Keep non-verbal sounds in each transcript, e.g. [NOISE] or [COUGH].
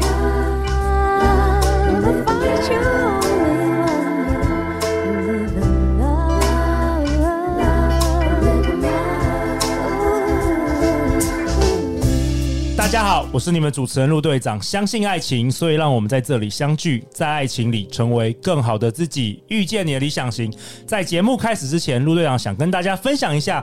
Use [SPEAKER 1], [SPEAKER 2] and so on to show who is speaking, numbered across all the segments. [SPEAKER 1] Love, find your only one. Live in love, live in love.
[SPEAKER 2] 大家好，我是你们主持人陆队长。相信爱情，所以让我们在这里相聚，在爱情里成为更好的自己，遇见你的理想型。在节目开始之前，陆队长想跟大家分享一下。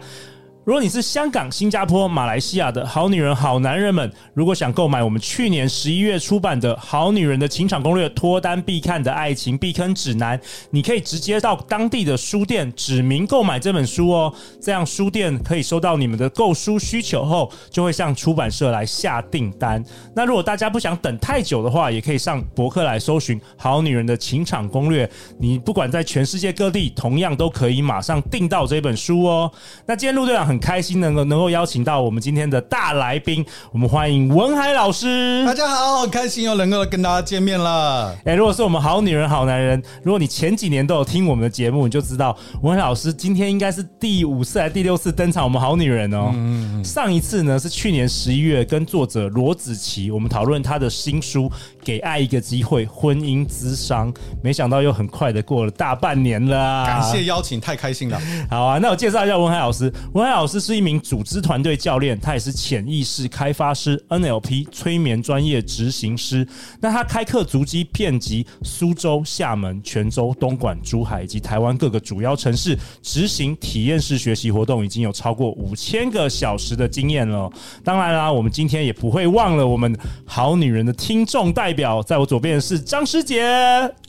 [SPEAKER 2] 如果你是香港、新加坡、马来西亚的好女人、好男人们，如果想购买我们去年十一月出版的《好女人的情场攻略：脱单必看的爱情避坑指南》，你可以直接到当地的书店指明购买这本书哦。这样书店可以收到你们的购书需求后，就会向出版社来下订单。那如果大家不想等太久的话，也可以上博客来搜寻《好女人的情场攻略》，你不管在全世界各地，同样都可以马上订到这本书哦。那今天陆队长很开心能够能够邀请到我们今天的大来宾，我们欢迎文海老师。
[SPEAKER 3] [LAUGHS] 大家好，很开心又能够跟大家见面了。
[SPEAKER 2] 哎、如果是我们好女人、好男人，如果你前几年都有听我们的节目，你就知道文海老师今天应该是第五次还是第六次登场我们好女人哦。
[SPEAKER 3] 嗯
[SPEAKER 2] 上一次呢是去年十一月跟作者罗子琪，我们讨论她的新书《给爱一个机会：婚姻之商》，没想到又很快的过了大半年了啊。
[SPEAKER 3] 感谢邀请，太开心了。
[SPEAKER 2] [LAUGHS] 好啊，那我介绍一下文海老师。文海老师是一名组织团队教练，他也是潜意识开发师、NLP 催眠专业执行师。那他开课足迹遍及苏州、厦门、泉州、东莞、珠海以及台湾各个主要城市，执行体验式学习活动已经有超过五千个小时的经验了。当然啦，我们今天也不会忘了我们好女人的听众代表，在我左边的是张师姐。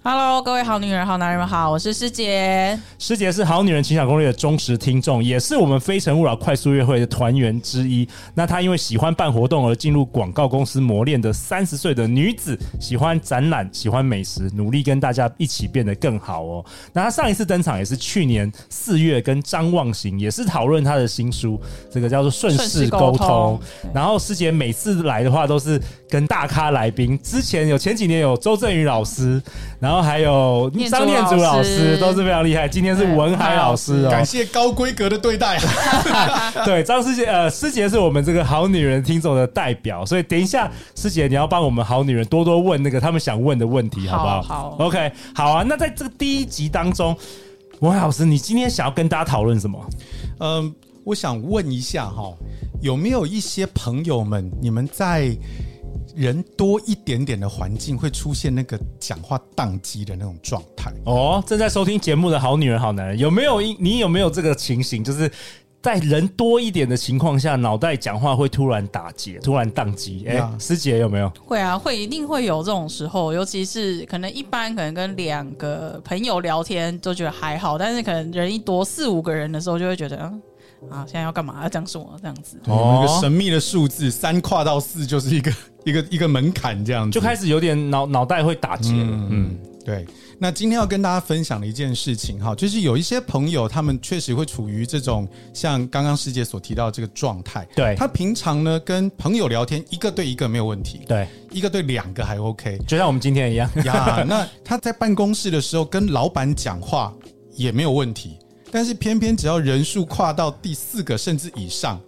[SPEAKER 4] Hello，各位好女人、好男人们好，我是师姐。
[SPEAKER 2] 师姐是《好女人情场攻略》的忠实听众，也是我们《非诚勿扰》快速约会的团员之一。那她因为喜欢办活动而进入广告公司磨练的三十岁的女子，喜欢展览，喜欢美食，努力跟大家一起变得更好哦。那她上一次登场也是去年四月，跟张望行也是讨论她的新书，这个叫做《顺
[SPEAKER 4] 顺
[SPEAKER 2] 势
[SPEAKER 4] 势
[SPEAKER 2] 沟
[SPEAKER 4] 沟
[SPEAKER 2] 通》
[SPEAKER 4] 通
[SPEAKER 2] 然后师姐每次来的话都是跟大咖来宾，之前有前几年有周振宇老师，然后还有
[SPEAKER 4] 念
[SPEAKER 2] 张
[SPEAKER 4] 珠
[SPEAKER 2] 念祖老
[SPEAKER 4] 老
[SPEAKER 2] 师
[SPEAKER 4] 师
[SPEAKER 2] 都是非常厉害。今天是文海老师哦
[SPEAKER 3] 感，谢高规格的对待， [LAUGHS]
[SPEAKER 2] 对张师姐，呃，师姐是我们这个好女人听众的代表，所以等一下师姐你要帮我们好女人多多问那个他们想问的问题，好不好？
[SPEAKER 4] 好好
[SPEAKER 2] o k 好啊。那在这个第一集当中，文海老师，你今天想要跟大家讨论什么？
[SPEAKER 3] 嗯，我想问一下哈，有没有一些朋友们，你们在人多一点点的环境会出现那个讲话宕机的那种状态？
[SPEAKER 2] 哦，正在收听节目的好女人、好男人，有没有一你有没有这个情形，就是在人多一点的情况下，脑袋讲话会突然打结、突然宕机？哎、
[SPEAKER 3] Yeah
[SPEAKER 2] 师姐有没有？
[SPEAKER 4] 会啊，会一定会有这种时候，尤其是可能一般可能跟两个朋友聊天都觉得还好，但是可能人一多四五个人的时候，就会觉得嗯啊，现在要干嘛？要讲什么？这样子。
[SPEAKER 2] 哦
[SPEAKER 3] 对有一个神秘的数字，三跨到四就是一个一个一个门槛，这样子
[SPEAKER 2] 就开始有点脑脑袋会打结了。嗯
[SPEAKER 3] 嗯，对。那今天要跟大家分享的一件事情哈，就是有一些朋友，他们确实会处于这种像刚刚师姐所提到的这个状态。
[SPEAKER 2] 对
[SPEAKER 3] 他平常呢跟朋友聊天，一个对一个没有问题，
[SPEAKER 2] 对，
[SPEAKER 3] 一个对两个还 OK
[SPEAKER 2] 就像我们今天一样。
[SPEAKER 3] 呀。 [LAUGHS] 那他在办公室的时候跟老板讲话也没有问题，但是偏偏只要人数跨到第四个甚至以上，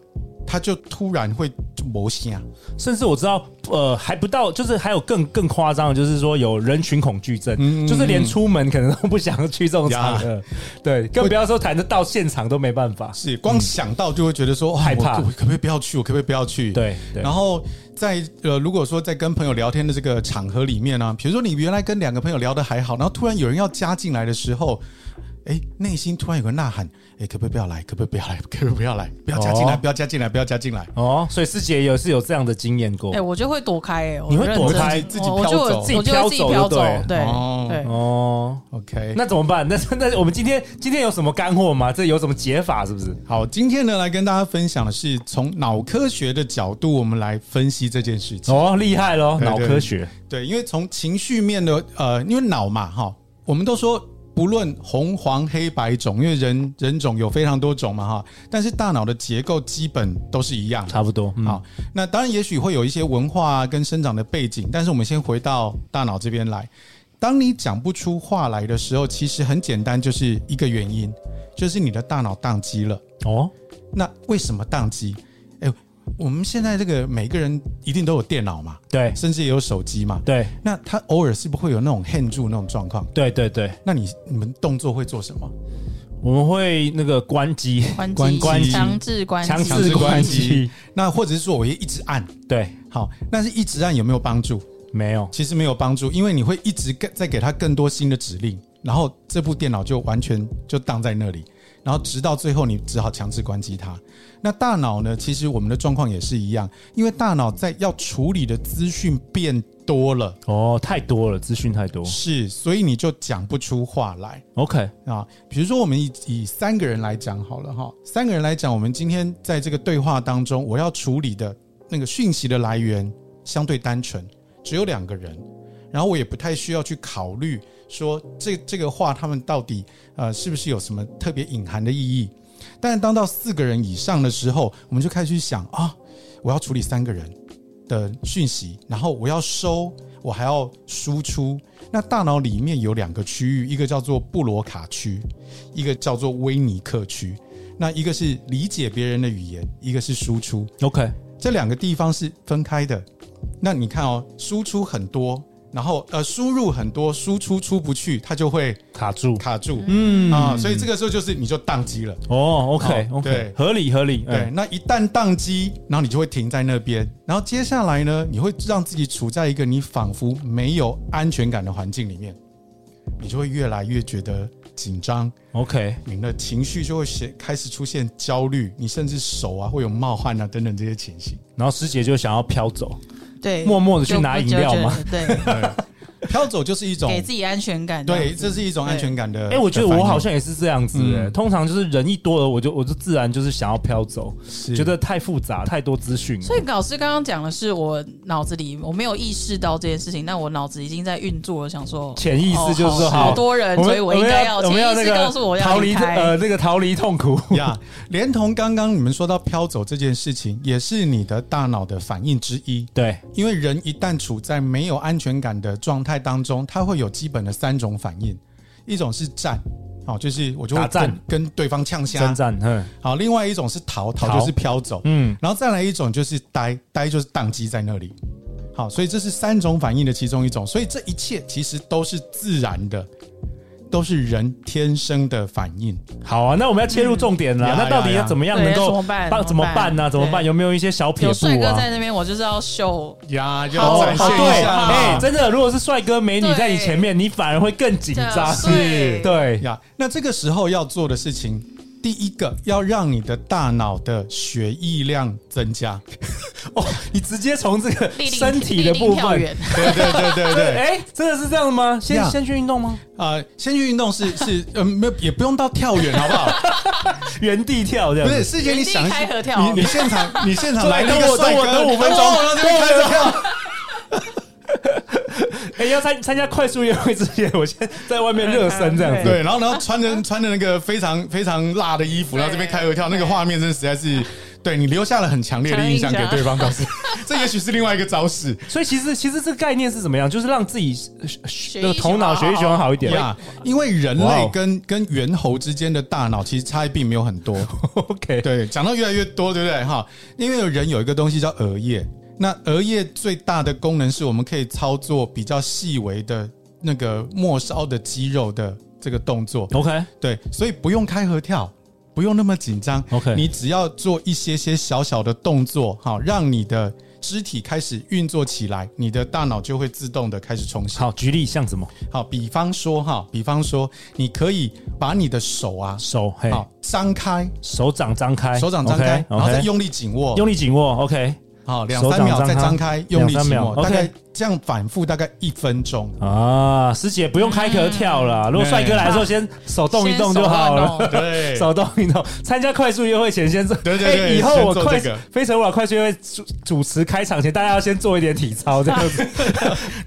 [SPEAKER 3] 他就突然会魔性啊。
[SPEAKER 2] 甚至我知道，呃，还不到，就是还有更更夸张的，就是说有人群恐惧症，就是连出门可能都不想去这种场合，对，更不要说谈得到现场都没办法。
[SPEAKER 3] 是光想到就会觉得说、哇
[SPEAKER 2] 嗯害怕
[SPEAKER 3] 我可我可不可以不要去？我可不可以不要去？
[SPEAKER 2] 对对
[SPEAKER 3] 然后在呃，如果说在跟朋友聊天的这个场合里面呢、啊比如说你原来跟两个朋友聊得还好，然后突然有人要加进来的时候，哎，内心突然有个呐喊，哎，可不可以不要来？可不可以不要来？ [LAUGHS] 可不可以不要来？不要加进来！
[SPEAKER 2] 哦
[SPEAKER 3] 不要加进来！不要加进来！
[SPEAKER 2] 哦，所以师姐有是有这样的经验过
[SPEAKER 4] 哎、。我就会躲开、哎，我
[SPEAKER 2] 你会躲
[SPEAKER 4] 认真哦
[SPEAKER 2] 开
[SPEAKER 3] 自己
[SPEAKER 4] 我我
[SPEAKER 3] 飘
[SPEAKER 4] 就
[SPEAKER 3] 走
[SPEAKER 4] 我
[SPEAKER 2] 自己
[SPEAKER 4] 就会自己
[SPEAKER 2] 飘
[SPEAKER 4] 飘
[SPEAKER 2] 走就
[SPEAKER 4] 走
[SPEAKER 2] 对，
[SPEAKER 4] 对
[SPEAKER 3] 哦
[SPEAKER 4] 对。
[SPEAKER 2] 哦，
[SPEAKER 3] OK，
[SPEAKER 2] 那怎么办？那 [LAUGHS] 那我们今天今天有什么干货吗？这有什么解法是不是？
[SPEAKER 3] 好，今天呢来跟大家分享的是从脑科学的角度，我们来分析这件事情。
[SPEAKER 2] 哦，厉害喽，
[SPEAKER 3] 对
[SPEAKER 2] 脑
[SPEAKER 3] 对
[SPEAKER 2] 科学。
[SPEAKER 3] 对，因为从情绪面的呃，因为脑嘛哈，我们都说不论红黄黑白种，因为人人种有非常多种嘛哈，但是大脑的结构基本都是一样的。
[SPEAKER 2] 差不多，嗯
[SPEAKER 3] 好，那当然也许会有一些文化、啊、跟生长的背景，但是我们先回到大脑这边来。当你讲不出话来的时候，其实很简单，就是一个原因，就是你的大脑宕机了。
[SPEAKER 2] 哦，
[SPEAKER 3] 那为什么宕机？哎，我们现在这个每个人一定都有电脑嘛，
[SPEAKER 2] 对
[SPEAKER 3] 甚至也有手机嘛。
[SPEAKER 2] 对
[SPEAKER 3] 那他偶尔是不是会有那种 hand 住那种状况？
[SPEAKER 2] 对对对，
[SPEAKER 3] 那你你们动作会做什么？
[SPEAKER 2] 我们会那个关机，
[SPEAKER 4] 关
[SPEAKER 3] 关
[SPEAKER 4] 机
[SPEAKER 3] 关机
[SPEAKER 4] 强制关
[SPEAKER 2] 强
[SPEAKER 4] 机，
[SPEAKER 2] 制关机，
[SPEAKER 3] 那或者是说我也一直按，
[SPEAKER 2] 对，
[SPEAKER 3] 好，但是一直按有没有帮助？
[SPEAKER 2] 没有，
[SPEAKER 3] 其实没有帮助，因为你会一直更再给他更多新的指令，然后这部电脑就完全就荡在那里，然后直到最后你只好强制关机它。那大脑呢？其实我们的状况也是一样，因为大脑在要处理的资讯变多了，
[SPEAKER 2] 哦，太多了，资讯太多
[SPEAKER 3] 是，所以你就讲不出话来。
[SPEAKER 2] ，OK，
[SPEAKER 3] 啊，比如说我们以以三个人来讲好了哈，三个人来讲，我们今天在这个对话当中，我要处理的那个讯息的来源相对单纯，只有两个人，然后我也不太需要去考虑说这这个话他们到底呃是不是有什么特别隐含的意义。但当到四个人以上的时候，我们就开始去想啊，我要处理三个人的讯息，然后我要收，我还要输出。那大脑里面有两个区域，一个叫做布罗卡区，一个叫做威尼克区。那一个是理解别人的语言，一个是输出，
[SPEAKER 2] OK，
[SPEAKER 3] 这两个地方是分开的。那你看哦，输出很多，然后呃输入很多，输出出不去，它就会
[SPEAKER 2] 卡住，
[SPEAKER 3] 卡住。
[SPEAKER 2] 嗯
[SPEAKER 3] 啊，所以这个时候就是你就宕机了。
[SPEAKER 2] 哦，OK
[SPEAKER 3] 哦对
[SPEAKER 2] OK，合理合理，
[SPEAKER 3] 对，
[SPEAKER 2] 哎
[SPEAKER 3] 那一旦宕机，然后你就会停在那边，然后接下来呢，你会让自己处在一个你仿佛没有安全感的环境里面，你就会越来越觉得紧张，
[SPEAKER 2] ，OK，
[SPEAKER 3] 你的情绪就会显开始出现焦虑，你甚至手啊会有冒汗啊等等这些情形。
[SPEAKER 2] 然后师姐就想要飘走，
[SPEAKER 4] 对，
[SPEAKER 2] 默默地去拿饮料吗
[SPEAKER 4] 就？
[SPEAKER 2] [LAUGHS]
[SPEAKER 4] 就就对，
[SPEAKER 3] 飘走就是一种
[SPEAKER 4] 给自己安全感。
[SPEAKER 3] 对，这是一种安全感的。
[SPEAKER 2] 哎、我觉得
[SPEAKER 3] 的反
[SPEAKER 2] 我
[SPEAKER 3] 应
[SPEAKER 2] 好像也是这样子、
[SPEAKER 3] 嗯
[SPEAKER 2] 哎通常就是人一多了，我就我就自然就是想要飘走，
[SPEAKER 3] 是
[SPEAKER 2] 觉得太复杂，太多资讯了。
[SPEAKER 4] 所以老师刚刚讲的是我脑子里我没有意识到这件事情，但我脑子已经在运作了，想说
[SPEAKER 2] 潜意识就是说
[SPEAKER 4] 哦好好多人，所以我应该要
[SPEAKER 2] 我
[SPEAKER 4] 潜
[SPEAKER 2] 们要
[SPEAKER 4] 意
[SPEAKER 2] 那
[SPEAKER 4] 识
[SPEAKER 2] 个
[SPEAKER 4] 告诉我要
[SPEAKER 2] 逃离
[SPEAKER 4] 离开。
[SPEAKER 2] 呃那个逃离痛
[SPEAKER 3] [LAUGHS]
[SPEAKER 2] 苦。
[SPEAKER 3] 呀连同刚刚你们说到飘走这件事情，也是你的大脑的反应之一。
[SPEAKER 2] 对
[SPEAKER 3] 因为人一旦处在没有安全感的状态当中，他会有基本的三种反应，一种是战，好、就是我就会
[SPEAKER 2] 打战
[SPEAKER 3] 跟跟对方呛
[SPEAKER 2] 征
[SPEAKER 3] 虾，
[SPEAKER 2] 战，嗯
[SPEAKER 3] 好，另外一种是逃，逃
[SPEAKER 2] 逃
[SPEAKER 3] 就是飘走，
[SPEAKER 2] 嗯，
[SPEAKER 3] 然后再来一种就是呆，呆就是宕机在那里。好，所以这是三种反应的其中一种，所以这一切其实都是自然的，都是人天生的反应。
[SPEAKER 2] 好啊，那我们要切入重点了。
[SPEAKER 3] 嗯呀
[SPEAKER 2] 那到底
[SPEAKER 3] 呀
[SPEAKER 2] 要
[SPEAKER 3] 呀
[SPEAKER 2] 怎么样
[SPEAKER 4] 对
[SPEAKER 2] 能够
[SPEAKER 4] 怎么办
[SPEAKER 2] 帮怎
[SPEAKER 4] 怎
[SPEAKER 2] 么
[SPEAKER 4] 么
[SPEAKER 2] 办
[SPEAKER 4] 办
[SPEAKER 2] 呢？怎么
[SPEAKER 4] 对
[SPEAKER 2] 办？有没有一些小撇步
[SPEAKER 4] 有帅哥在
[SPEAKER 2] 啊？
[SPEAKER 4] 那边，我就是要秀。
[SPEAKER 3] 呀，
[SPEAKER 4] 好
[SPEAKER 3] 要展现
[SPEAKER 4] 好
[SPEAKER 3] 一
[SPEAKER 2] 对，
[SPEAKER 3] 下
[SPEAKER 4] 好
[SPEAKER 2] 哎，真的，如果是帅哥美女
[SPEAKER 4] 对
[SPEAKER 2] 在你前面，你反而会更紧张。
[SPEAKER 4] 对
[SPEAKER 2] 对，
[SPEAKER 3] 呀。那这个时候要做的事情，第一个要让你的大脑的血液量增加。
[SPEAKER 2] 哦，你直接从这个
[SPEAKER 4] 立定
[SPEAKER 2] 身体的
[SPEAKER 4] 立定
[SPEAKER 2] 部
[SPEAKER 4] 跳
[SPEAKER 2] 分 [LAUGHS]
[SPEAKER 4] 远
[SPEAKER 3] 对对对对
[SPEAKER 2] 对，
[SPEAKER 4] [LAUGHS]
[SPEAKER 3] 对。
[SPEAKER 2] 哎、真的是这样吗？先
[SPEAKER 3] Yeah
[SPEAKER 2] 先去运动吗？
[SPEAKER 3] 啊，先去运动是是，呃，没有也不用到跳远，好不好？
[SPEAKER 2] 原地跳这样
[SPEAKER 3] 不是，
[SPEAKER 2] 子。
[SPEAKER 3] 事先你想一
[SPEAKER 4] 原地
[SPEAKER 3] 下
[SPEAKER 4] 开合跳哦
[SPEAKER 3] 你你现场你现场
[SPEAKER 2] 对
[SPEAKER 3] 来
[SPEAKER 2] 等
[SPEAKER 3] 那个
[SPEAKER 2] 我
[SPEAKER 3] 帅
[SPEAKER 2] 等我
[SPEAKER 3] 哥，
[SPEAKER 2] 等我五分钟
[SPEAKER 3] 哦然后这边
[SPEAKER 2] 等我
[SPEAKER 3] 开合
[SPEAKER 2] 五分
[SPEAKER 3] 跳。
[SPEAKER 2] 哎、要参参加快速约会之前，我先在外面热身这样子。
[SPEAKER 3] 对，然后然后穿着穿着那个非常非常辣的衣服，然后这边开合跳，那个画面真的实在是，对你留下了很强烈的印象给对方，告诉 [LAUGHS] 这也许是另外一个招式
[SPEAKER 2] 所以其实其实这个概念是怎么样？就是让自己呃
[SPEAKER 4] 液
[SPEAKER 2] 呃头脑
[SPEAKER 4] 循
[SPEAKER 2] 血
[SPEAKER 4] 环
[SPEAKER 2] 液循环好一点。
[SPEAKER 3] 呀。哎因为人
[SPEAKER 2] 哇哦
[SPEAKER 3] 类跟跟猿猴之间的大脑其实差异并没有
[SPEAKER 2] [LAUGHS]
[SPEAKER 3] 很多，
[SPEAKER 2] OK，
[SPEAKER 3] 对，讲到越来越多，对不对？哈，因为有人有一个东西叫额叶，那额叶最大的功能是我们可以操作比较细微的那个末梢的肌肉的这个动作，
[SPEAKER 2] ，OK，
[SPEAKER 3] 对，所以不用开合跳，不用那么紧张。
[SPEAKER 2] OK
[SPEAKER 3] 你只要做一些些小小的动作，好，让你的肢体开始运作起来，你的大脑就会自动的开始充血。
[SPEAKER 2] 好，举例像什么
[SPEAKER 3] 好，比方说哈，比方说，你可以把你的手啊，
[SPEAKER 2] 手，嘿，
[SPEAKER 3] 好张开，
[SPEAKER 2] 手掌张开，
[SPEAKER 3] 手掌张开
[SPEAKER 2] o
[SPEAKER 3] 然后
[SPEAKER 2] k
[SPEAKER 3] 再用力紧
[SPEAKER 2] 哎
[SPEAKER 3] 握，
[SPEAKER 2] 用力紧握，OK，
[SPEAKER 3] 好两
[SPEAKER 2] 手
[SPEAKER 3] 三
[SPEAKER 2] 掌
[SPEAKER 3] 秒
[SPEAKER 2] 张
[SPEAKER 3] 再
[SPEAKER 2] 开
[SPEAKER 3] 张开，用力
[SPEAKER 2] 两三
[SPEAKER 3] 紧
[SPEAKER 2] 秒
[SPEAKER 3] 握，大概
[SPEAKER 2] OK
[SPEAKER 3] 这样反复大概一分钟。
[SPEAKER 2] 啊，师姐不用开壳跳
[SPEAKER 3] 嗯
[SPEAKER 2] 了。如果帅哥来的时候，先手动一动就好了。 [LAUGHS]
[SPEAKER 4] 先手动
[SPEAKER 2] 手动
[SPEAKER 3] 对
[SPEAKER 4] 一动
[SPEAKER 2] 运动，参加快速约会前先做。
[SPEAKER 3] 哎对对对
[SPEAKER 2] 哎以后我
[SPEAKER 3] 先做
[SPEAKER 2] 快
[SPEAKER 3] 这个
[SPEAKER 2] 非诚勿扰快速约会主主持开场前，大家要先做一点体操，这
[SPEAKER 3] [LAUGHS]
[SPEAKER 2] 样子，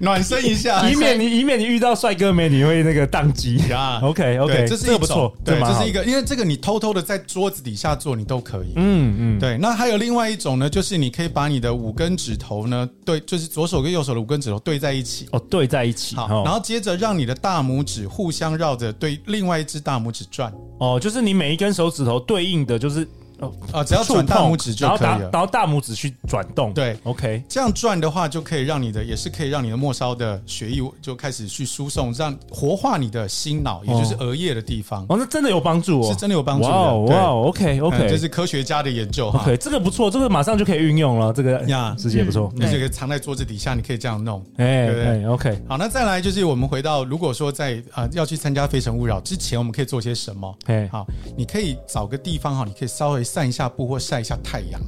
[SPEAKER 3] 暖身一下，
[SPEAKER 2] 以免你以免你遇到帅哥美女会那个宕机。
[SPEAKER 3] [LAUGHS] 呀
[SPEAKER 2] OK
[SPEAKER 3] 对
[SPEAKER 2] OK，
[SPEAKER 3] 这是一
[SPEAKER 2] 个不
[SPEAKER 3] 种
[SPEAKER 2] 错，
[SPEAKER 3] 对，
[SPEAKER 2] 蛮
[SPEAKER 3] 这
[SPEAKER 2] 好
[SPEAKER 3] 是一。个，因为这个你偷偷的在桌子底下做，你都可以。
[SPEAKER 2] 嗯嗯，
[SPEAKER 3] 对，那还有另外一种呢，就是你可以把你的五根指头呢，对，就是左手跟右手的五根指头对在一起。
[SPEAKER 2] 哦，对在一起，
[SPEAKER 3] 好，
[SPEAKER 2] 哦
[SPEAKER 3] 然后接着让你的大拇指互相绕着对另外一只大拇指转，
[SPEAKER 2] 哦，就是你每一根手指头对应的就是哦，
[SPEAKER 3] 啊，只要
[SPEAKER 2] 触碰
[SPEAKER 3] 转大拇指就
[SPEAKER 2] 然后
[SPEAKER 3] 可
[SPEAKER 2] 大
[SPEAKER 3] 以了。
[SPEAKER 2] 然后大拇指去转动，
[SPEAKER 3] 对
[SPEAKER 2] ，OK，
[SPEAKER 3] 这样转的话，就可以让你的，也是可以让你的末梢的血液就开始去输送，让活化你的心脑，也就是额叶的地方，
[SPEAKER 2] 哦，那真的有帮助哦，
[SPEAKER 3] 是真的有帮助的。
[SPEAKER 2] 哇哦
[SPEAKER 3] 对
[SPEAKER 2] 哇哦，OK
[SPEAKER 3] 嗯
[SPEAKER 2] OK，
[SPEAKER 3] 这是科学家的研究哈
[SPEAKER 2] OK，这个不错，这个马上就可以运用了，这个
[SPEAKER 3] 呀
[SPEAKER 2] 直接不错，
[SPEAKER 3] 你
[SPEAKER 2] 嗯
[SPEAKER 3] 这个藏在桌子底下，你可以这样弄。
[SPEAKER 2] 哎
[SPEAKER 3] 对不对
[SPEAKER 2] 哎，OK，
[SPEAKER 3] 好，那再来就是我们回到，如果说在啊、呃要去参加《非诚勿扰》之前，我们可以做些什么？
[SPEAKER 2] 哎，
[SPEAKER 3] 好，你可以找个地方哈，你可以稍微散一下步或晒一下太阳，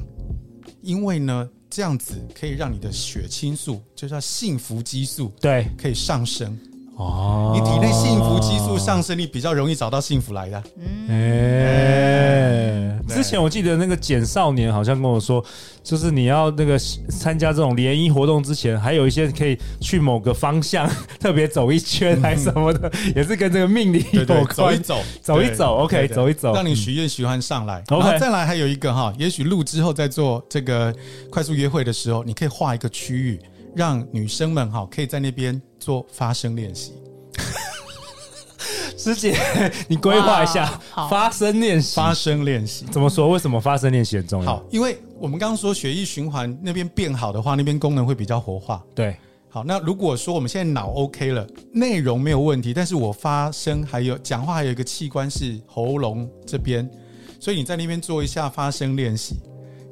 [SPEAKER 3] 因为呢，这样子可以让你的血清素，就叫幸福激素，
[SPEAKER 2] 对，
[SPEAKER 3] 可以上升。
[SPEAKER 2] 哦，
[SPEAKER 3] 你体内幸福激素上升，你比较容易找到幸
[SPEAKER 2] [LAUGHS]
[SPEAKER 3] 福来的。
[SPEAKER 2] 哎，
[SPEAKER 3] 对
[SPEAKER 2] 之前我记得那个简少年好像跟我说，就是你要那个参加这种联谊活动之前，还有一些可以去某个方向 [LAUGHS] 特别走一圈，还什么的，也是跟这个命理
[SPEAKER 3] 嗯对对
[SPEAKER 2] 有，
[SPEAKER 3] 走一
[SPEAKER 2] 关。
[SPEAKER 3] 走，
[SPEAKER 2] 走一
[SPEAKER 3] 对
[SPEAKER 2] 走，OK，
[SPEAKER 3] 对对
[SPEAKER 2] 走一走
[SPEAKER 3] 让你许愿喜欢上来。然
[SPEAKER 2] OK
[SPEAKER 3] 后再来还有一个哈，也许录之后在做这个快速约会的时候，你可以画一个区域，让女生们哈可以在那边做发声练习。
[SPEAKER 2] 师姐， [LAUGHS] 你规划一下
[SPEAKER 4] 哇好
[SPEAKER 2] 发声练习，
[SPEAKER 3] 发声练习。
[SPEAKER 2] 怎么说？为什么发声练习很重要？
[SPEAKER 3] 好，，因为我们刚刚说血液循环那边变好的话，那边功能会比较活化。
[SPEAKER 2] 对，
[SPEAKER 3] 好，那如果说我们现在脑 OK 了，内容没有问题，但是我发声还有讲话还有一个器官是喉咙这边，所以你在那边做一下发声练习，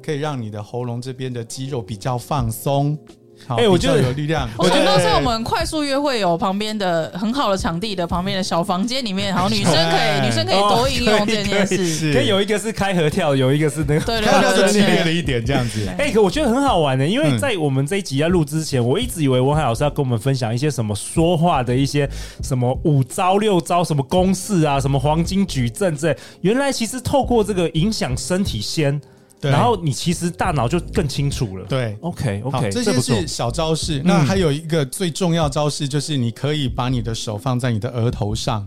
[SPEAKER 3] 可以让你的喉咙这边的肌肉比较放松，好，
[SPEAKER 2] 哎我
[SPEAKER 3] 比较
[SPEAKER 2] 觉得
[SPEAKER 3] 有力量。
[SPEAKER 4] 我想
[SPEAKER 2] 觉
[SPEAKER 4] 到
[SPEAKER 2] 得
[SPEAKER 4] 是我们快速约会有旁边的很好的场地的旁边的小房间里面，好，女生可以女生可以多应
[SPEAKER 2] 哦
[SPEAKER 4] 用这件事，
[SPEAKER 2] 可以有一个是开合跳，有一个是那个
[SPEAKER 4] 对对
[SPEAKER 3] 看到就
[SPEAKER 4] 对
[SPEAKER 3] 激烈
[SPEAKER 4] 对
[SPEAKER 3] 了
[SPEAKER 4] 对，
[SPEAKER 3] 一点，这样子。
[SPEAKER 2] [LAUGHS] 哎、可我觉得很好玩的、因为
[SPEAKER 3] 嗯
[SPEAKER 2] 在我们这一集要啊录之前，我一直以为文海老师要跟我们分享一些什么说话的一些什么五招六招、什么公式啊、什么黄金矩阵之类。原来其实透过这个影响身体先，
[SPEAKER 3] 对
[SPEAKER 2] 然后你其实大脑就更清楚了。
[SPEAKER 3] 对
[SPEAKER 2] ，OK
[SPEAKER 3] 好
[SPEAKER 2] OK，
[SPEAKER 3] 这
[SPEAKER 2] 不
[SPEAKER 3] 些
[SPEAKER 2] 错。嗯
[SPEAKER 3] 是小招式。那还有一个最重要招式，就是你可以把你的手放在你的额头上，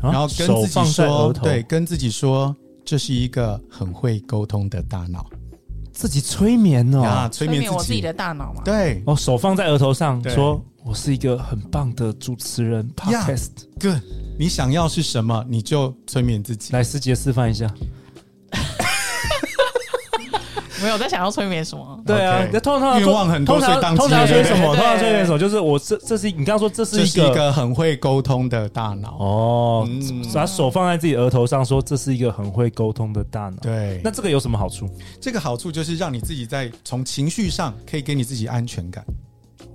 [SPEAKER 2] 啊
[SPEAKER 3] 然后跟自
[SPEAKER 2] 手
[SPEAKER 3] 己
[SPEAKER 2] 放在
[SPEAKER 3] 说
[SPEAKER 2] 额，头，
[SPEAKER 3] 对，，跟自己说，这是一个很会沟通的大脑
[SPEAKER 2] 自己催眠哦。
[SPEAKER 3] 啊，催
[SPEAKER 4] 催
[SPEAKER 3] 眠
[SPEAKER 4] 眠我自己的大脑嘛，
[SPEAKER 3] 对
[SPEAKER 2] 哦，手放在额头上，
[SPEAKER 3] 对
[SPEAKER 2] 说我是一个很棒的主持人。
[SPEAKER 3] 呀
[SPEAKER 2] Podcast，
[SPEAKER 3] ，good。你想要是什么，你就催眠自己。
[SPEAKER 2] 来师姐示范一下。
[SPEAKER 4] 没有我在想要催眠什么，
[SPEAKER 2] 对啊
[SPEAKER 3] OK，
[SPEAKER 2] 那通常
[SPEAKER 3] 愿望很多
[SPEAKER 2] 通常
[SPEAKER 3] 所以当机
[SPEAKER 2] 通常
[SPEAKER 3] 立
[SPEAKER 2] 催
[SPEAKER 3] 断
[SPEAKER 2] 什么？
[SPEAKER 4] 对
[SPEAKER 2] 通常催眠什么？就是我这这是你刚刚说这是
[SPEAKER 3] 这
[SPEAKER 2] 一
[SPEAKER 3] 是一个很会沟通的大脑，
[SPEAKER 2] 哦，
[SPEAKER 3] 嗯
[SPEAKER 2] 把手放在自己额头上，说这是一个很会沟通的大脑。，
[SPEAKER 3] 对。
[SPEAKER 2] 那这个有什么好处？
[SPEAKER 3] 这个好处就是让你自己在从情绪上可以给你自己安全感。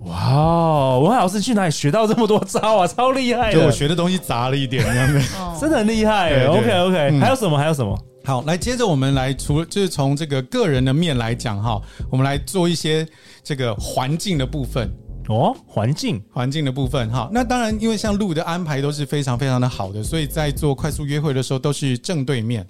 [SPEAKER 2] 哇哦，文海老师去哪里学到这么多招啊？ [LAUGHS] 超厉害
[SPEAKER 3] 就我
[SPEAKER 2] 的，
[SPEAKER 3] 学的东西杂了一点，这样子。
[SPEAKER 4] 嗯
[SPEAKER 2] 真的很厉害欸。
[SPEAKER 3] 对对
[SPEAKER 2] OK OK，
[SPEAKER 3] 嗯
[SPEAKER 2] 还有什么？还有什么？
[SPEAKER 3] 好，来接着我们来除就是从这个个人的面来讲哈，我们来做一些这个环境的部分。
[SPEAKER 2] 哦，环境
[SPEAKER 3] 环境的部分哈，那当然，因为像路的安排都是非常非常的好的，所以在做快速约会的时候都是正对面，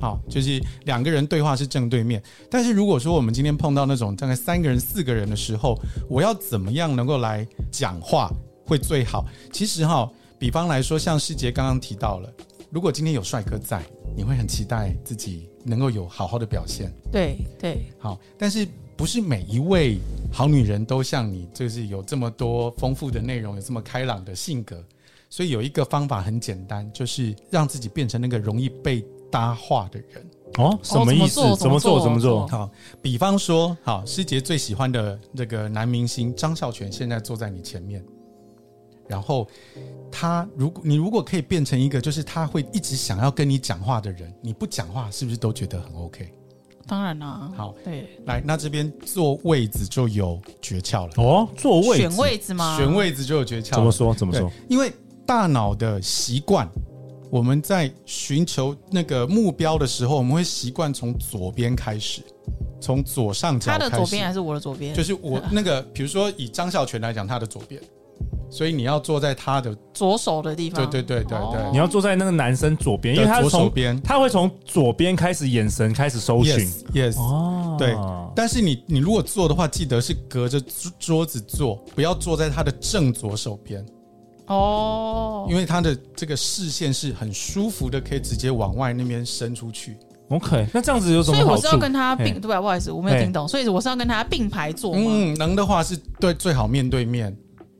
[SPEAKER 3] 好，就是两个人对话是正对面。但是如果说我们今天碰到那种大概三个人、四个人的时候，我要怎么样能够来讲话会最好？其实哈，比方来说，像师杰刚刚提到了，如果今天有帅哥在，你会很期待自己能够有好好的表现。
[SPEAKER 4] 对对，
[SPEAKER 3] 好，但是不是每一位好女人都像你，就是有这么多丰富的内容，有这么开朗的性格。所以有一个方法很简单，就是让自己变成那个容易被搭话的人。
[SPEAKER 2] 哦，什么意思？
[SPEAKER 4] 哦
[SPEAKER 2] 怎
[SPEAKER 4] 怎
[SPEAKER 2] 么
[SPEAKER 4] 么
[SPEAKER 2] 做？
[SPEAKER 4] 做
[SPEAKER 2] 怎么
[SPEAKER 4] 怎么
[SPEAKER 2] 做
[SPEAKER 4] 做？
[SPEAKER 3] 好，比方说，好，师杰最喜欢的那个男明星张孝全现在坐在你前面，然后他如果你如果可以变成一个，就是他会一直想要跟你讲话的人，你不讲话是不是都觉得很 OK？
[SPEAKER 4] 当然啦，
[SPEAKER 3] 好，
[SPEAKER 4] 对，
[SPEAKER 3] 来，那这边坐位子就有诀窍了。
[SPEAKER 2] 哦，座位
[SPEAKER 4] 选位置吗？
[SPEAKER 3] 选位置就有诀窍。
[SPEAKER 2] 怎么？说？怎么
[SPEAKER 3] 对
[SPEAKER 2] 说？，
[SPEAKER 3] 因为大脑的习惯，我们在寻求那个目标的时候，我们会习惯从左边开始，从左上角开
[SPEAKER 4] 他的
[SPEAKER 3] 始。
[SPEAKER 4] 左边还是我的左边？
[SPEAKER 3] 就是我那个，比如说以张孝全来讲，他的左边，所以你要坐在他的，
[SPEAKER 4] 左手的地方。
[SPEAKER 3] 对对对对
[SPEAKER 4] 哦
[SPEAKER 3] 对
[SPEAKER 2] 你要坐在那个男生左边，因为
[SPEAKER 3] 的
[SPEAKER 2] 他
[SPEAKER 3] 左手
[SPEAKER 2] 从
[SPEAKER 3] 边
[SPEAKER 2] 他会从左边开始，眼神开始搜寻。
[SPEAKER 3] ，yes yes，
[SPEAKER 2] 哦，
[SPEAKER 3] 对但是你你如果坐的话，记得是隔着桌桌子坐，不要坐在他的正左手边。
[SPEAKER 4] 哦，
[SPEAKER 3] 因为他的这个视线是很舒服的，可以直接往外那边伸出去。
[SPEAKER 2] OK，那这样子有什
[SPEAKER 4] 所
[SPEAKER 2] 么
[SPEAKER 4] 以
[SPEAKER 2] 好
[SPEAKER 4] 我
[SPEAKER 2] 处？
[SPEAKER 4] 是要跟他
[SPEAKER 2] 嘿
[SPEAKER 4] 并，对吧？不好意思，我没有
[SPEAKER 2] 嘿
[SPEAKER 4] 听懂，所以我是要跟他并排坐嘛。
[SPEAKER 3] 嗯，能的话是对最好面对面。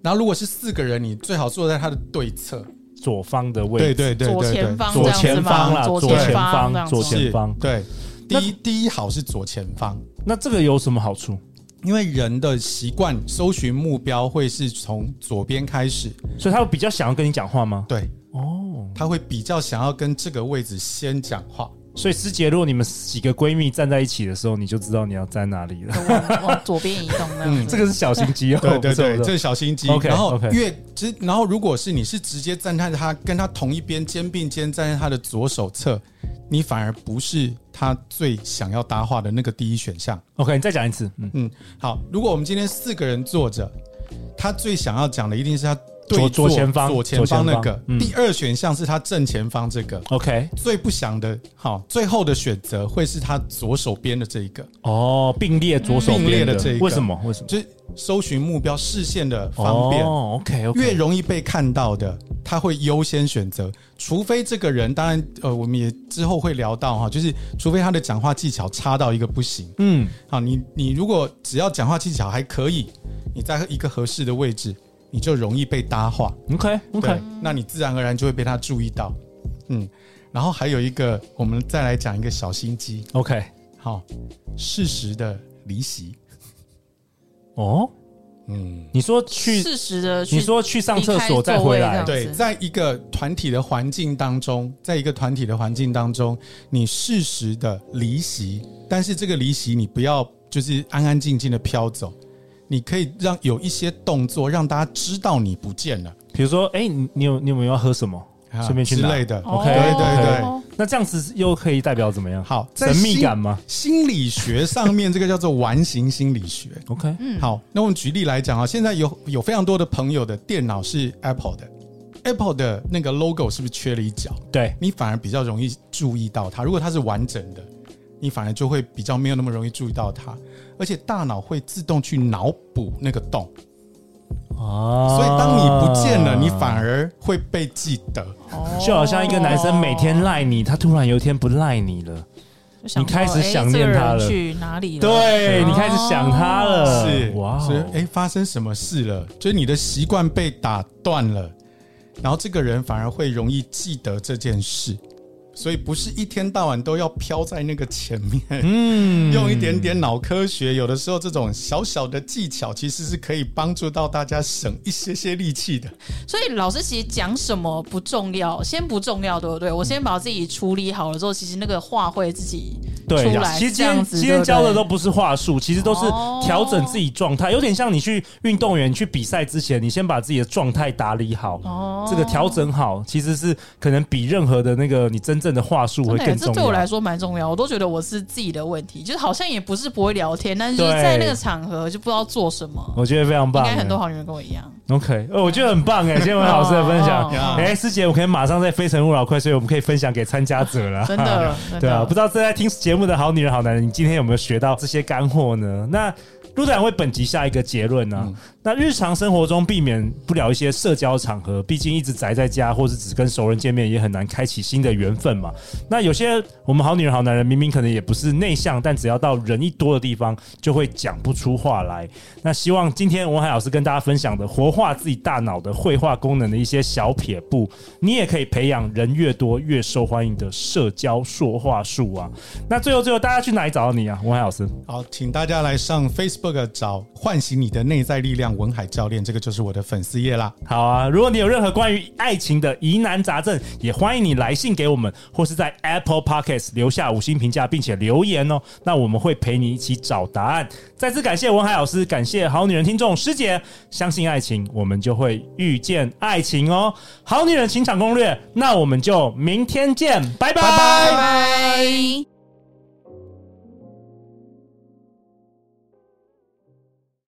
[SPEAKER 3] 然后如果是四个人，你最好坐在他的对侧，
[SPEAKER 2] 左方的位
[SPEAKER 3] 对
[SPEAKER 2] 置，
[SPEAKER 3] 对对
[SPEAKER 4] 左
[SPEAKER 3] 对
[SPEAKER 4] 前
[SPEAKER 3] 对，
[SPEAKER 4] 方这
[SPEAKER 2] 左
[SPEAKER 4] 样子
[SPEAKER 2] 前
[SPEAKER 4] 吗
[SPEAKER 2] 方啦，
[SPEAKER 4] 左
[SPEAKER 2] 左
[SPEAKER 4] 前
[SPEAKER 2] 前
[SPEAKER 4] 方这
[SPEAKER 2] 方，
[SPEAKER 4] 样子
[SPEAKER 2] 左
[SPEAKER 4] 吗
[SPEAKER 2] 前方
[SPEAKER 3] 是。对。第
[SPEAKER 2] 那
[SPEAKER 3] 一第一好是左前方，
[SPEAKER 2] 那这个有什么好处？
[SPEAKER 3] 因为人的习惯搜寻目标会是从左边开始，
[SPEAKER 2] 所以他比较想要跟你讲话吗？
[SPEAKER 3] 对，
[SPEAKER 2] 哦，
[SPEAKER 3] 他会比较想要跟这个位置先讲话。
[SPEAKER 2] 所以师姐，如果你们几个闺蜜站在一起的时候，你就知道你要站哪里了。
[SPEAKER 4] 往往左边移动那样子。
[SPEAKER 2] 嗯这个是小心机哦，
[SPEAKER 3] [LAUGHS] 对对
[SPEAKER 2] 不是
[SPEAKER 3] 对，
[SPEAKER 2] 不
[SPEAKER 3] 这
[SPEAKER 2] 是
[SPEAKER 3] 是小心机。
[SPEAKER 2] OK，
[SPEAKER 3] 然后
[SPEAKER 2] OK
[SPEAKER 3] 越直，然后如果是你是直接站在他跟他同一边，肩并肩站在他的左手侧，你反而不是他最想要搭话的那个第一选项。
[SPEAKER 2] OK，你再讲一次，嗯，
[SPEAKER 3] 嗯，好，如果我们今天四个人坐着，他最想要讲的一定是他对
[SPEAKER 2] 左
[SPEAKER 3] 坐
[SPEAKER 2] 左前方
[SPEAKER 3] 左前方那
[SPEAKER 2] 左前
[SPEAKER 3] 个
[SPEAKER 2] 方。嗯
[SPEAKER 3] 第二选项是他正前方这个。
[SPEAKER 2] ，OK，
[SPEAKER 3] 最不想的，好，最后的选择会是他左手边的这一个，
[SPEAKER 2] 哦，并列左手
[SPEAKER 3] 嗯并列
[SPEAKER 2] 边
[SPEAKER 3] 的这一个
[SPEAKER 2] 为什么？为什么？
[SPEAKER 3] 就是搜寻目标视线的方便。
[SPEAKER 2] 哦，OK，OK，
[SPEAKER 3] 越容易被看到的，他会优先选择。除非这个人，当然，呃，我们也之后会聊到哈，就是除非他的讲话技巧差到一个不行。
[SPEAKER 2] 嗯，
[SPEAKER 3] 好，你你如果只要讲话技巧还可以，你在一个合适的位置，你就容易被搭话。对
[SPEAKER 2] OK，OK，，
[SPEAKER 3] 那你自然而然就会被他注意到。嗯，然后还有一个，我们再来讲一个小心机，
[SPEAKER 2] OK，
[SPEAKER 3] 好，适时的离席。
[SPEAKER 2] 哦，
[SPEAKER 3] 嗯，
[SPEAKER 2] 你说去，
[SPEAKER 4] 适时的去，
[SPEAKER 2] 你说去上厕所再回
[SPEAKER 4] 离开
[SPEAKER 2] 来
[SPEAKER 4] 座位这，
[SPEAKER 3] 对，
[SPEAKER 4] 样子
[SPEAKER 3] 在一个团体的环境当中，在一个团体的环境当中，你适时的离席，但是这个离席你不要就是安安静静的飘走，你可以让有一些动作让大家知道你不见了，
[SPEAKER 2] 比如说，哎，你你有你有没有要喝什么？
[SPEAKER 3] 啊
[SPEAKER 2] 顺便去
[SPEAKER 3] 之
[SPEAKER 2] 拿
[SPEAKER 3] 类的。
[SPEAKER 4] 哦
[SPEAKER 2] ，OK，
[SPEAKER 3] 对对对
[SPEAKER 4] 哦
[SPEAKER 2] 那这样子又可以代表怎么样？
[SPEAKER 3] 好，在
[SPEAKER 2] 神秘
[SPEAKER 3] 心
[SPEAKER 2] 感吗
[SPEAKER 3] 心理学上面，这个叫做完形心理学。
[SPEAKER 2] ？OK，
[SPEAKER 4] 嗯，
[SPEAKER 3] 好，那我们举例来讲啊，现在有有非常多的朋友的电脑是 Apple 的，Apple 的那个 logo 是不是缺了一角？
[SPEAKER 2] 对，
[SPEAKER 3] 你反而比较容易注意到它。如果它是完整的，你反而就会比较没有那么容易注意到它，而且大脑会自动去脑补那个洞，
[SPEAKER 2] 哦，
[SPEAKER 3] 所以当你不见了，你反而会被记得。
[SPEAKER 4] 哦
[SPEAKER 2] 就好像一个男生每天赖你，他突然有一天不赖你了，
[SPEAKER 4] 就想
[SPEAKER 2] 你开始
[SPEAKER 4] 说诶
[SPEAKER 2] 想念他了
[SPEAKER 4] 这个人去哪里了？
[SPEAKER 2] 对
[SPEAKER 4] 哦
[SPEAKER 2] 你开始想他了，
[SPEAKER 3] 是
[SPEAKER 2] 哇哦，
[SPEAKER 3] 所以哎、诶发生什么事了？就是你的习惯被打断了，然后这个人反而会容易记得这件事，所以不是一天到晚都要飘在那个前面。
[SPEAKER 2] 嗯
[SPEAKER 3] 用一点点脑科学，有的时候这种小小的技巧，其实是可以帮助到大家省一些些力气的。
[SPEAKER 4] 所以老师其实讲什么不重要，先不重要，对不对？我先把自己处理好了之后，其实那个话会自己
[SPEAKER 2] 对
[SPEAKER 4] 出
[SPEAKER 2] 呀，
[SPEAKER 4] 来
[SPEAKER 2] 其实
[SPEAKER 4] 这
[SPEAKER 2] 今天
[SPEAKER 4] 样子
[SPEAKER 2] 今天教的
[SPEAKER 4] 对
[SPEAKER 2] 都不是话术，其实都是
[SPEAKER 4] 哦
[SPEAKER 2] 调整自己状态，有点像你去运动员去比赛之前，你先把自己的状态打理好，
[SPEAKER 4] 哦
[SPEAKER 2] 这个调整好，其实是可能比任何的那个你真正的话术会
[SPEAKER 4] 真的耶，
[SPEAKER 2] 更
[SPEAKER 4] 这
[SPEAKER 2] 重
[SPEAKER 4] 对我来
[SPEAKER 2] 要。
[SPEAKER 4] 说蛮重要。我都觉得我是自己的问题，就是好像也不是不会聊天，但是就是
[SPEAKER 2] 对
[SPEAKER 4] 在那个场合就不知道做什么。
[SPEAKER 2] 我觉得非常
[SPEAKER 4] 应
[SPEAKER 2] 棒，
[SPEAKER 4] 该很多好女人跟我一样，
[SPEAKER 2] OK，呃，我觉得很棒哎，今天文老师的分享
[SPEAKER 4] [LAUGHS] 哦，
[SPEAKER 3] 哦
[SPEAKER 2] 哎，师姐，我可以马上在《非诚勿扰》快，所以我们可以分享给参加者
[SPEAKER 4] [LAUGHS]
[SPEAKER 2] 了，
[SPEAKER 4] 真的。真的
[SPEAKER 2] [LAUGHS] 对啊，不知道正在听节目的好女人、好男人，你今天有没有学到这些干货呢？那陆队长为本集下一个结论呢、那日常生活中避免不了一些社交场合，毕竟一直宅在家，或是只跟熟人见面，也很难开启新的缘分嘛。那有些我们好女人、好男人，明明可能也不是内向，但只要到人一多的地方，就会讲不出话来。那希望今天文海老师跟大家分享的活化自己大脑的绘画功能的一些小撇步，你也可以培养人越多越受欢迎的社交说话术啊。那最后最后，大家去哪里找到你啊，文海老师？
[SPEAKER 3] 好，请大家来上 Facebook 找“唤醒你的内在力量”文海教练，这个就是我的粉丝页啦。
[SPEAKER 2] 好啊，如果你有任何关于爱情的疑难杂症，也欢迎你来信给我们，或是在 Apple Podcast 留下五星评价，并且留言哦。那我们会陪你一起找答案。再次感谢文海老师，感谢好女人听众师姐，相信爱情，我们就会遇见爱情哦。好女人情场攻略，那我们就明天见，拜拜
[SPEAKER 4] 拜拜